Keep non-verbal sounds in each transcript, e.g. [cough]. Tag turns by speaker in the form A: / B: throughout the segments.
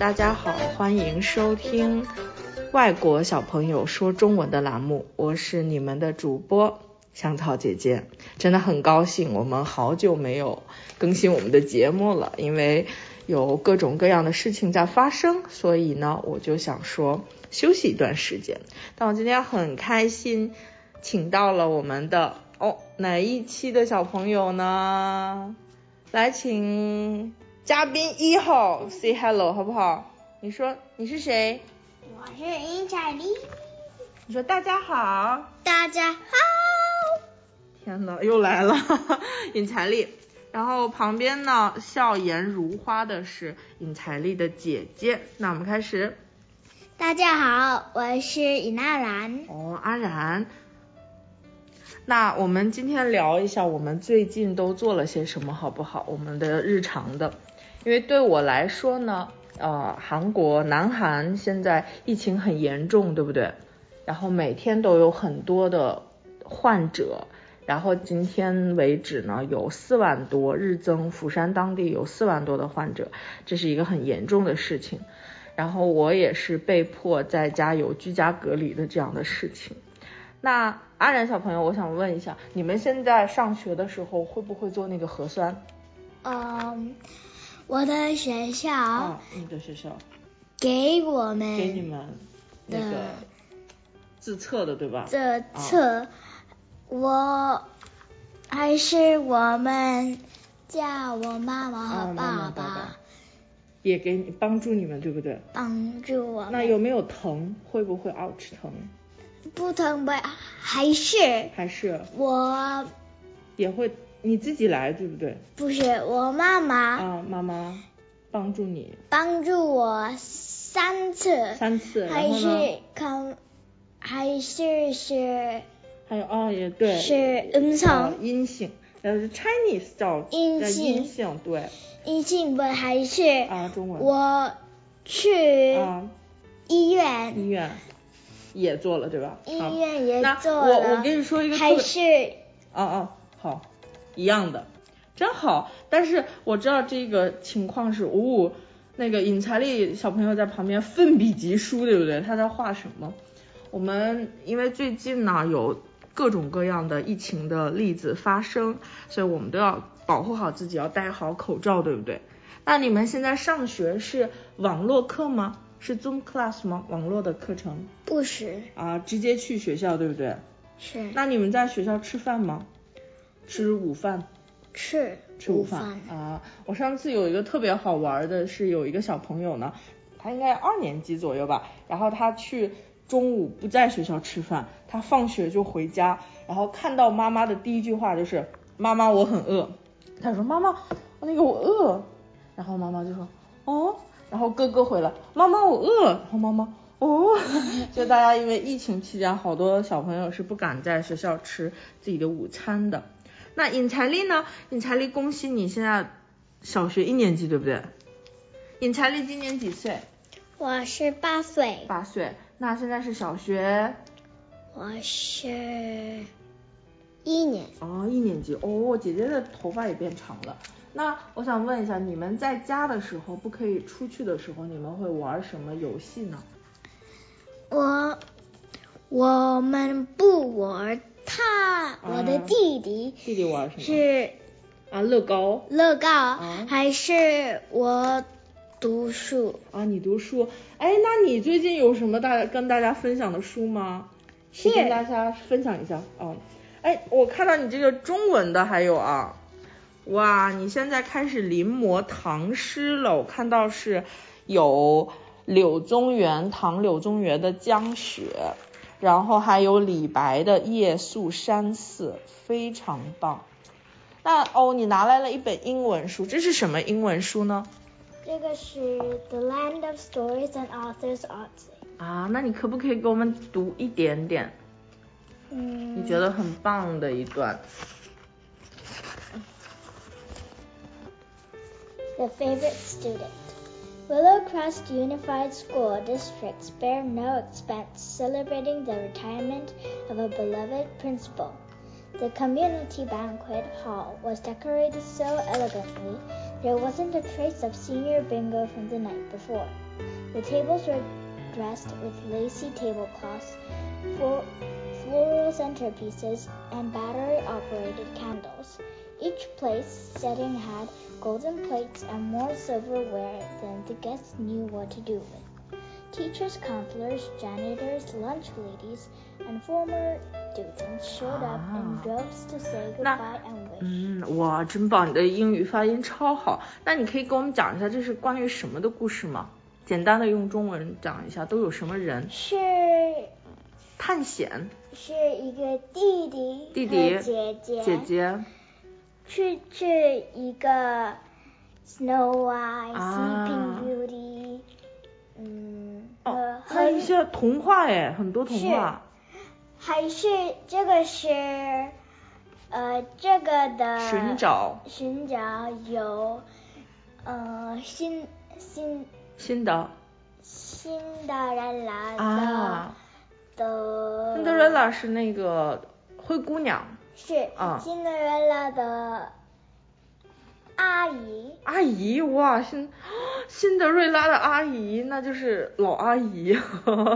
A: 大家好，欢迎收听外国小朋友说中文的栏目，我是你们的主播香草姐姐，真的很高兴，我们好久没有更新我们的节目了，因为有各种各样的事情在发生，所以呢，我就想说休息一段时间。但我今天很开心，请到了我们的哦哪一期的小朋友呢？来，请嘉宾一号 say hello 好不好？你说你是谁？
B: 我是殷彩丽，
A: 你说大家好。
B: 大家好。
A: 天呐，又来了， [laughs] 尹财力。然后旁边呢，笑颜如花的是尹财力的姐姐。那我们开始。
B: 大家好，我是尹娜然。
A: 哦，阿然。那我们今天聊一下我们最近都做了些什么，好不好？我们的日常的，因为对我来说呢，呃，韩国南韩现在疫情很严重，对不对？然后每天都有很多的患者，然后今天为止呢，有四万多，日增釜山当地有四万多的患者，这是一个很严重的事情。然后我也是被迫在家有居家隔离的这样的事情。那安然小朋友，我想问一下，你们现在上学的时候会不会做那个核酸？
B: 嗯，我的学校
A: 啊，你的学校
B: 给我
A: 给你
B: 们
A: 们那个
B: 的
A: 自测的对吧？
B: 这册，我还是我们叫我妈妈
A: 啊
B: 和
A: 妈妈
B: 爸
A: 爸爸
B: 爸
A: 也给你帮助你们，对不对？
B: 帮助我
A: 那
B: 们。
A: 有没有疼？会不会 ouch 疼？
B: 不疼吧？还是
A: 还是
B: 我
A: 也会你自己来，对不对？
B: 不是我妈妈
A: 啊，妈妈帮助你
B: 帮助我三次，
A: 三次，然
B: 还
A: 后呢？
B: 是康，还是是
A: 还有哦，也对，
B: 是嗯
A: 啊
B: 从
A: 阴性，呃，Chinese 叫
B: 阴
A: 叫
B: 性
A: 阴性，对
B: 阴性不还是
A: 啊，中文
B: 我去
A: 啊，
B: 医院，
A: 医院也做了对吧？
B: 医
A: 啊
B: 院也
A: 那
B: 做
A: 我我
B: 了
A: 跟你说一个特
B: 还
A: 别
B: 是
A: 哦哦，好，一样的，真好。但是我知道这个情况是，呜、那个尹财力小朋友在旁边奋笔疾书，对不对？他在画什么？我们因为最近呢有各种各样的疫情的例子发生，所以我们都要保护好自己，要戴好口罩，对不对？那你们现在上学是网络课吗？是 Zoom class 吗？网络的课程
B: 不是
A: 啊，直接去学校，对不对？
B: 是
A: 那你们在学校吃饭吗？吃午饭，
B: 吃
A: 吃午饭啊！我上次有一个特别好玩的是，有一个小朋友呢，他应该二年级左右吧，然后他去中午不在学校吃饭，他放学就回家，然后看到妈妈的第一句话就是妈妈我很饿，他说妈妈那个我饿，然后妈妈就说哦，然后哥哥回来妈妈我饿，然后妈妈。哦， [laughs] 就大家因为疫情期间，好多小朋友是不敢在学校吃自己的午餐的。那尹财力呢？尹财力，恭喜你现在小学一年级，对不对？尹财力今年几岁？
B: 我是八岁，
A: 八岁。那现在是小学
B: 我是一年，
A: 哦，一年级哦。姐姐的头发也变长了。那我想问一下，你们在家的时候，不可以出去的时候，你们会玩什么游戏呢？
B: 我我们不玩他，我的
A: 啊
B: 弟弟
A: 弟弟玩什么？
B: 是
A: 啊，乐高
B: 乐高
A: 啊，
B: 还是我读书？
A: 啊，你读书。哎，那你最近有什么大跟大家分享的书吗？
B: 是
A: 你跟大家分享一下哦。哎，我看到你这个中文的还有啊，哇，你现在开始临摹唐诗了。我看到是有柳宗元，唐柳宗元的《江雪》，然后还有李白的《夜宿山寺》，非常棒。那哦，你拿来了一本英文书，这是什么英文书呢？
B: 这个是《The Land of Stories and Authors》
A: 啊，那你可不可以给我们读一点点？
B: 嗯，
A: 你觉得很棒的一段。
B: The favorite student. Willowcrest Unified School District spared no expense celebrating the retirement of a beloved principal. The community banquet hall was decorated so elegantly there wasn't a trace of senior bingo from the night before. The tables were dressed with lacy tablecloths, flor- floral centerpieces, and battery operated candles. Each place setting had golden plates and more silverware than the guests knew what to do with. Teachers, counselors, janitors, lunch ladies, and former students showed up in
A: Ah.
B: droves to say goodbye and wish.
A: 嗯，哇，真棒！你的英语发音超好。那你可以给我们讲一下这是关于什么的故事吗？简单的用中文讲一下，都有什么人？
B: 是
A: 探险
B: 是一个弟弟
A: 弟弟
B: 和姐姐
A: 姐姐
B: 去去一个 Snow White、
A: 啊
B: Sleeping Beauty，嗯，
A: 哦
B: 呃，，
A: 还有
B: 很
A: 一些童话哎，很多童话。
B: 还是这个是呃这个的
A: 寻找
B: 寻找有呃新新
A: 新的
B: 新的人来的、
A: 啊，
B: 的
A: 辛德瑞拉是那个灰姑娘
B: 是
A: 啊
B: 辛德瑞拉的阿姨，
A: 阿姨哇， [gasps] 辛辛德瑞拉的阿姨，那就是老阿姨，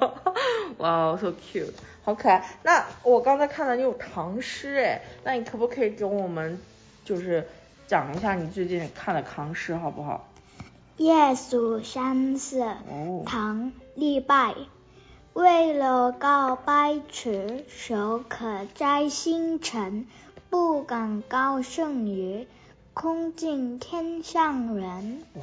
A: [laughs] 哇、wow,，so cute，好可爱。那我刚才看到你有唐诗哎，那你可不可以给我们就是讲一下你最近看的唐诗好不好？
B: 夜宿山寺。
A: 哦，
B: 唐·立拜。为楼告白迟，手可摘星辰。不敢高胜于，空尽天上人。
A: 哇，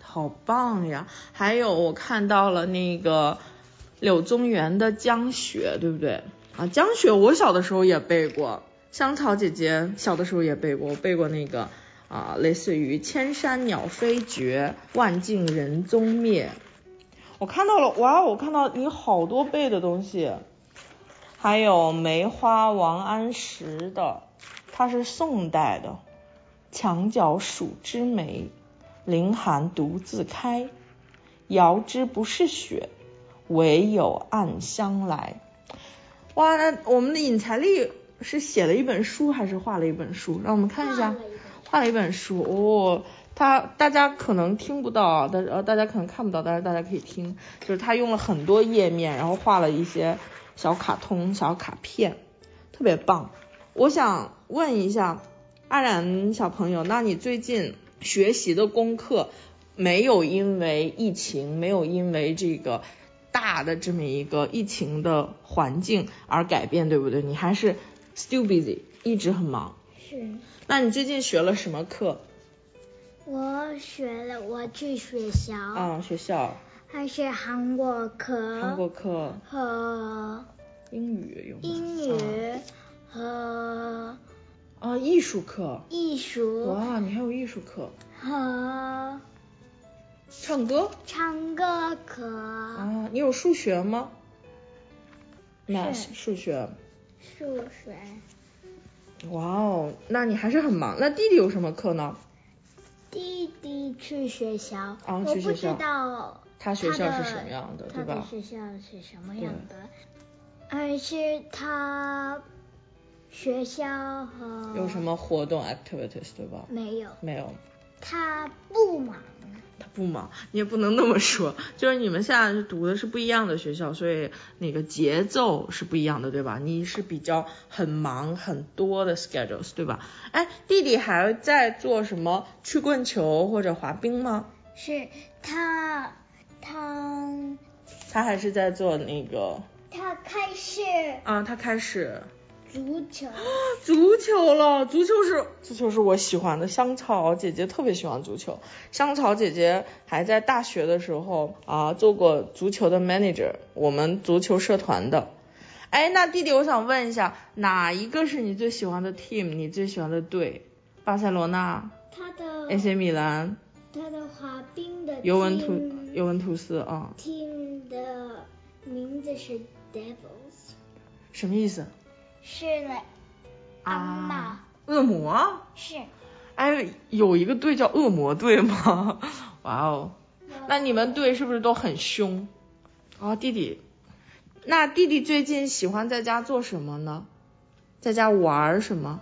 A: 好棒呀！还有我看到了那个柳宗元的《江雪》，对不对？啊，《江雪》我小的时候也背过，香草姐姐小的时候也背过，我背过那个啊，类似于“千山鸟飞绝，万径人踪灭”。我看到了，哇！我看到你好多背的东西，还有梅花王安石的，它是宋代的。墙角数枝梅，凌寒独自开。遥知不是雪，唯有暗香来。哇，那我们的尹才利是写了一本书还是画了一本书？让我们看一下
B: 画了一本，
A: 画了一本书哦。他大家可能听不到啊，但是呃大家可能看不到，但是大家可以听。就是他用了很多页面，然后画了一些小卡通、小卡片，特别棒。我想问一下，安然小朋友，那你最近学习的功课没有因为疫情，没有因为这个大的这么一个疫情的环境而改变，对不对？你还是 still busy，一直很忙。
B: 是
A: 那你最近学了什么课？
B: 我学了，我去学校，
A: 啊、学校
B: 还是韩国课
A: 韩国课、
B: 和
A: 英语有吗？
B: 英语和
A: 啊、啊艺术课。
B: 艺术
A: 哇，你还有艺术课，
B: 和
A: 唱歌
B: 唱歌课。
A: 啊？你有数学吗？math 数学。
B: 数学，
A: 哇哦，那你还是很忙。那弟弟有什么课呢？
B: 弟弟去学校，
A: 哦
B: 我
A: 去
B: 不
A: 学校
B: 知道
A: 他学校
B: 的
A: 是什么样的，
B: 他
A: 对
B: 的
A: 吧？
B: 学校是什么样的，而是他学校和
A: 有什么活动 activities，对吧？
B: 没有？
A: 没有，
B: 他不忙，
A: 他不忙，你也不能那么说。 [laughs] 就是你们现在是读的是不一样的学校，所以那个节奏是不一样的，对吧？你是比较很忙很多的 schedules，对吧？哎，弟弟还在做什么曲棍球或者滑冰吗？
B: 是他他
A: 他还是在做那个
B: 他开始
A: 啊，他开始
B: 足
A: [gasps]
B: 球，
A: 足球了，足球是足球是我喜欢的。香草姐姐特别喜欢足球，香草姐姐还在大学的时候啊做过足球的 manager，我们足球社团的。哎，那弟弟，我想问一下，哪一个是你最喜欢的 team？你最喜欢的队？巴塞罗那、
B: 他的
A: AC 米兰、
B: 他的滑冰的
A: 尤文图
B: team-
A: 尤文图斯啊？
B: team 的名字是 Devils，
A: 什么意思？
B: 是了。安娜
A: 啊，恶魔？
B: 是，
A: 哎，有一个队叫恶魔队吗？ [laughs] 哇哦，那你们队是不是都很凶？哦，弟弟，那弟弟最近喜欢在家做什么呢？在家玩儿什么，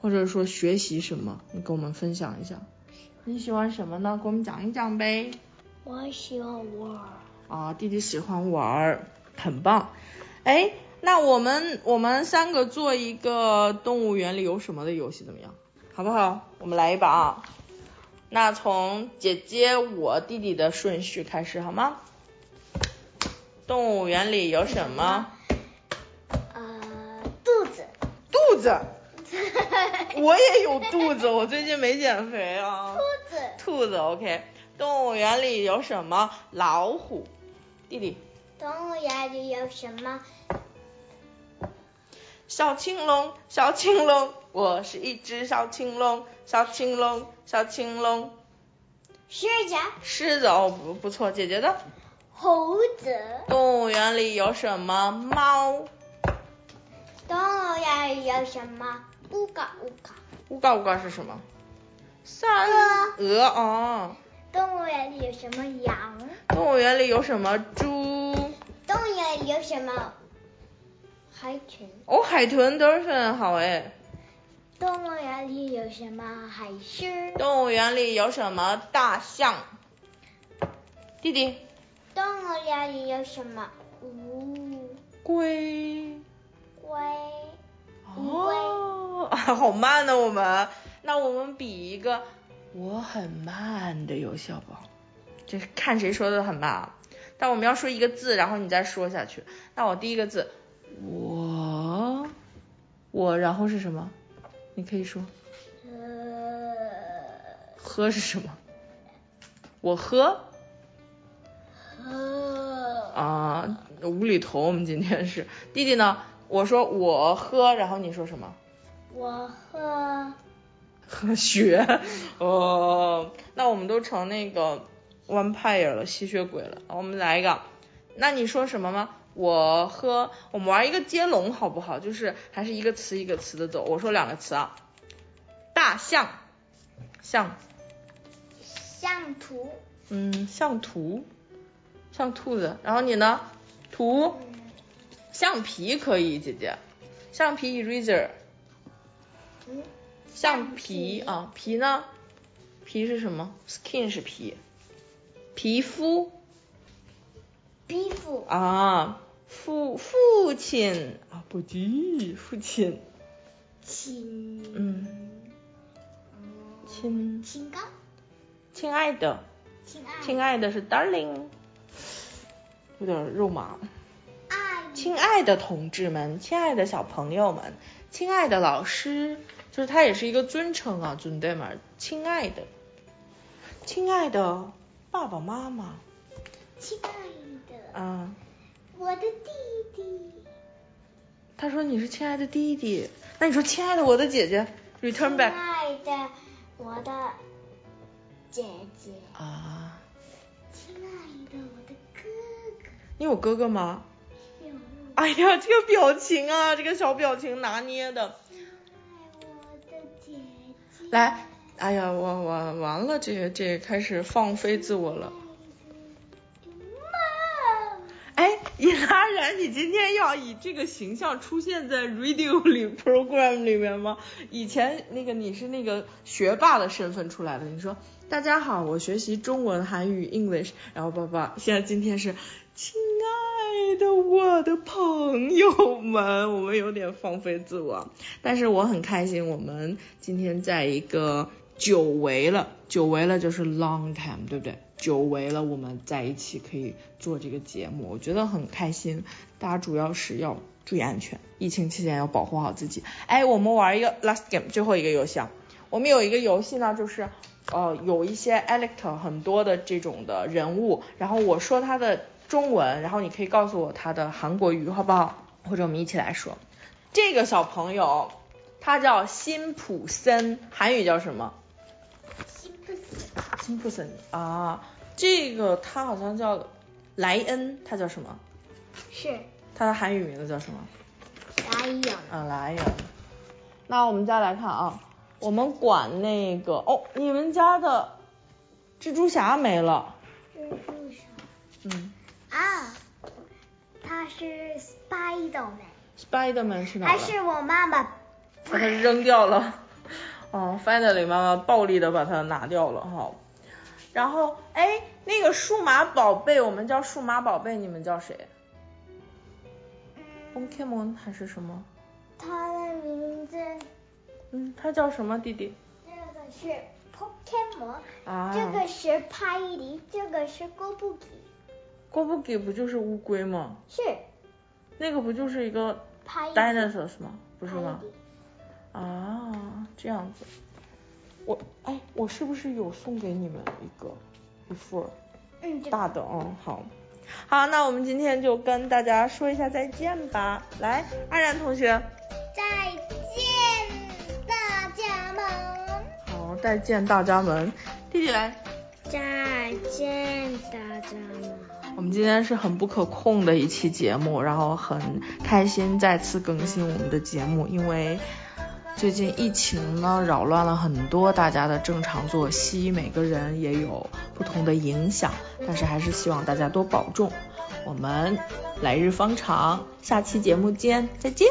A: 或者说学习什么？你跟我们分享一下。你喜欢什么呢？给我们讲一讲呗。
B: 我喜欢玩儿。
A: 啊，弟弟喜欢玩儿，很棒。哎，那我们我们三个做一个动物园里有什么的游戏怎么样？好不好？我们来一把啊。那从姐姐、我、弟弟的顺序开始好吗？动物园里有什么？
B: 呃，肚子。
A: 肚子，我也有肚子，我最近没减肥啊
B: 兔。子。
A: 兔子，OK。动物园里有什么？老虎。弟弟，
B: 动物园里有什么？
A: 小青龙，小青龙，我是一只小青龙，小青龙，小青龙。
B: 狮子、
A: 狮子哦，不不错，姐姐的。
B: 猴子。
A: 动物园里有什么？猫。
B: 动物园里有什么？乌嘎乌嘎。
A: 乌嘎乌嘎是什么？三鹅哦。
B: 动物园里有什么羊？
A: 动物园里有什么？猪。
B: 动物园里有什么？海豚。
A: 哦，海豚 dolphin 好哎。
B: 动物园里有什么？海狮。
A: 动物园里有什么？大象。弟弟，
B: 动物园里有什么？乌
A: 龟。
B: 龟。
A: 哦， [laughs] 好慢呢、我们。那我们比一个我很慢的游戏好不好？这看谁说的很慢啊。但我们要说一个字，然后你再说下去。那我第一个字，我，我，然后是什么？你可以说，
B: 呃
A: 喝是什么？我喝 [laughs]
B: 呃，
A: 啊、无厘头。我们今天是弟弟呢，我说我喝，然后你说什么？
B: 我喝
A: 和血， [laughs] 哦，那我们都成那个 vampire 了，吸血鬼了。我们来一个，那你说什么吗？我喝，我们玩一个接龙好不好？就是还是一个词一个词的走。我说两个词啊，大象，象，
B: 象图。
A: 嗯，象图，像兔子。然后你呢？图，
B: 嗯
A: 橡皮可以，姐姐，橡皮 eraser，
B: 嗯，
A: 橡皮
B: 橡皮
A: 啊，皮呢？皮是什么？skin 是皮，皮肤
B: 皮肤。
A: 啊，父父亲啊，不对，父亲
B: 亲。
A: 嗯
B: 嗯。
A: 亲
B: 情感。
A: 亲爱的，
B: 亲爱。
A: 亲爱的是 darling，有点肉麻。
B: 爱的。
A: 亲爱的同志们，亲爱的小朋友们，亲爱的老师，就是它也是一个尊称啊，尊对吗？亲爱的，亲爱的爸爸妈妈
B: 亲爱的。
A: 啊。
B: 我的弟弟。
A: 他说你是亲爱的弟弟，那你说亲爱的我的姐姐，return
B: 亲
A: back
B: 爱的，我的姐姐。
A: 啊，
B: 亲爱的，我的哥哥。
A: 你有哥哥吗？
B: 有。
A: 哎呀，这个表情啊，这个小表情拿捏的，
B: 亲爱我的姐姐。
A: 来，哎呀，我我完了，这这开始放飞自我了。哎，尹拉然，你今天要以这个形象出现在 radio 里 program 里面吗？以前那个你是那个学霸的身份出来的，你说大家好，我学习中文、韩语、English，然后爸爸，现在今天是亲爱的我的朋友们，我们有点放飞自我，但是我很开心，我们今天在一个久违了，久违了就是 long time，对不对？久违了，我们在一起可以做这个节目，我觉得很开心。大家主要是要注意安全，疫情期间要保护好自己。哎，我们玩一个 last game 最后一个游戏啊，我们有一个游戏呢，就是呃有一些 elect 很多的这种的人物，然后我说他的中文，然后你可以告诉我他的韩国语，好不好？或者我们一起来说，这个小朋友他叫辛普森，韩语叫什么？
B: 辛普森，
A: 辛普森啊，这个他好像叫莱恩，他叫什么？
B: 是
A: 他的韩语名字叫什么？
B: 还有
A: 啊，来呀。那我们再来看啊，我们管那个哦，你们家的蜘蛛侠没了。
B: 蜘蛛侠
A: 嗯
B: 啊，他是 Spiderman，
A: ，Spiderman 去哪儿
B: 还
A: 了？
B: 是我妈妈
A: 把它扔掉了。哦，finally，妈妈暴力的把它拿掉了哈。然后，哎，那个数码宝贝，我们叫数码宝贝，你们叫谁？Pokemon 还是什么？
B: 它嗯的名字
A: 嗯，它叫什么？弟弟？
B: 这个是 Pokemon，、
A: 啊，
B: 这个是帕伊迪，这个是哥布里，
A: 郭布给不就是乌龟吗？
B: 是
A: 那个不就是一个
B: 帕伊迪，
A: dinosaurs 吗？不是
B: 帕伊
A: 吗？
B: 迪
A: 啊，这样子。我哎，我是不是有送给你们一个一副
B: 嗯，这个
A: 大的？嗯，好。好，那我们今天就跟大家说一下再见吧。来，安然同学，
B: 再见，大家们。
A: 好，再见大家们。弟弟来，
B: 再见，大家们。
A: 我们今天是很不可控的一期节目，然后很开心再次更新我们的节目，因为最近疫情呢扰乱了很多大家的正常作息，每个人也有不同的影响，但是还是希望大家多保重。我们来日方长，下期节目见，再见。